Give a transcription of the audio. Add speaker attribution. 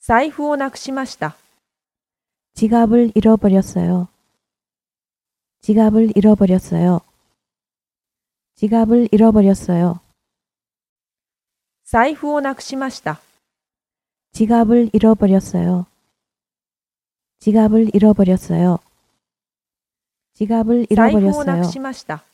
Speaker 1: 財布をなくしました。
Speaker 2: 지갑을 잃어버렸어요. 지갑을 잃어버렸어요. 지갑을 잃어버렸어요.
Speaker 1: 財布をなくしました。
Speaker 2: 지갑을 잃어버렸어요. 지갑을 잃어버렸어요. 지갑을
Speaker 1: 財布をな
Speaker 2: 잃어버렸어요.
Speaker 1: くしました。